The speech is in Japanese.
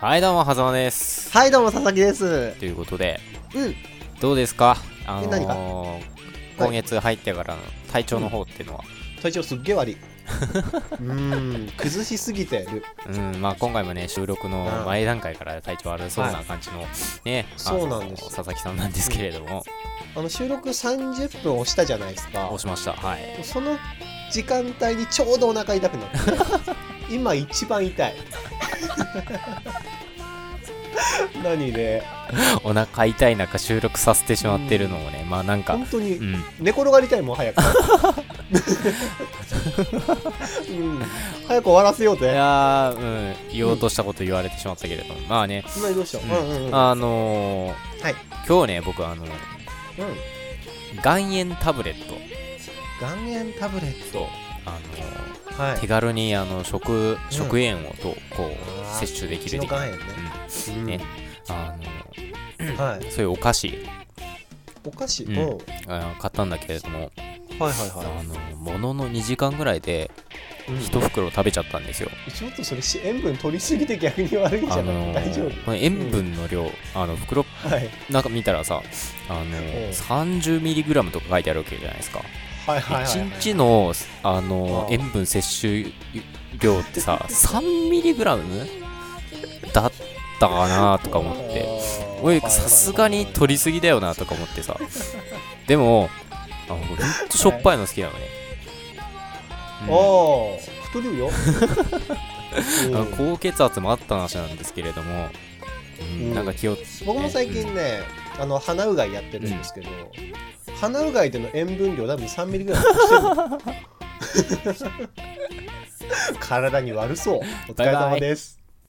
はいどうも狭間ですはいどうも佐々木ですということでうんどうですかあえ何かのー今月入ってからの体調の方っていうのは、体調すっげえ悪いうーん崩しすぎてるうんまあ、今回もね収録のうん前段階から体調悪そうな感じの、ねあのそうなんです佐々木さんなんですけれどもあの収録30分押したじゃないですか押しましたはいその時間帯にちょうどお腹痛くなって 今一番痛い何ねお腹痛い中収録させてしまってるのもね、まあなんか本当うにん寝転がりたいもん早 く、うん、早く終わらせよういぜやー、うん、言おうとしたこと言われてしまったけれども、まあね、今どうしたうんうんうんうんはあのー、い、うん、今日ね、僕、あの、岩塩タブレット、岩塩タブレットあはのー、手い軽にあの食食塩をとこあうー摂取できるうち的のな、岩塩ねうんねあのうんはいーそういうお菓子お菓子、ううんん、はいあー買ったんだけれども、はいあはのーものの2時間ぐらいでい、うん1袋食べちゃったんですよ、ちょっとそれし塩分取りすぎて逆に悪いんじあゃない、のー大丈夫これ塩分の量、あの袋はいなんか見たらさあのうーん 30mg とか書いてあるわけじゃないですかはいはいはい1日のあのああ塩分摂取量ってさ 3mg だったかなとか思っておいあーさすがに取りすぎだよなとか思ってさでもあ俺ほんとしょっぱいの好きなのね、あうんー太る よ、うんあの高血圧もあった話なんですけれども、うんうんなんか気を僕も最近ね、あの鼻うがいやってるんですけど、鼻うがいでの塩分量多分 3mg してる体に悪そうお疲れ様です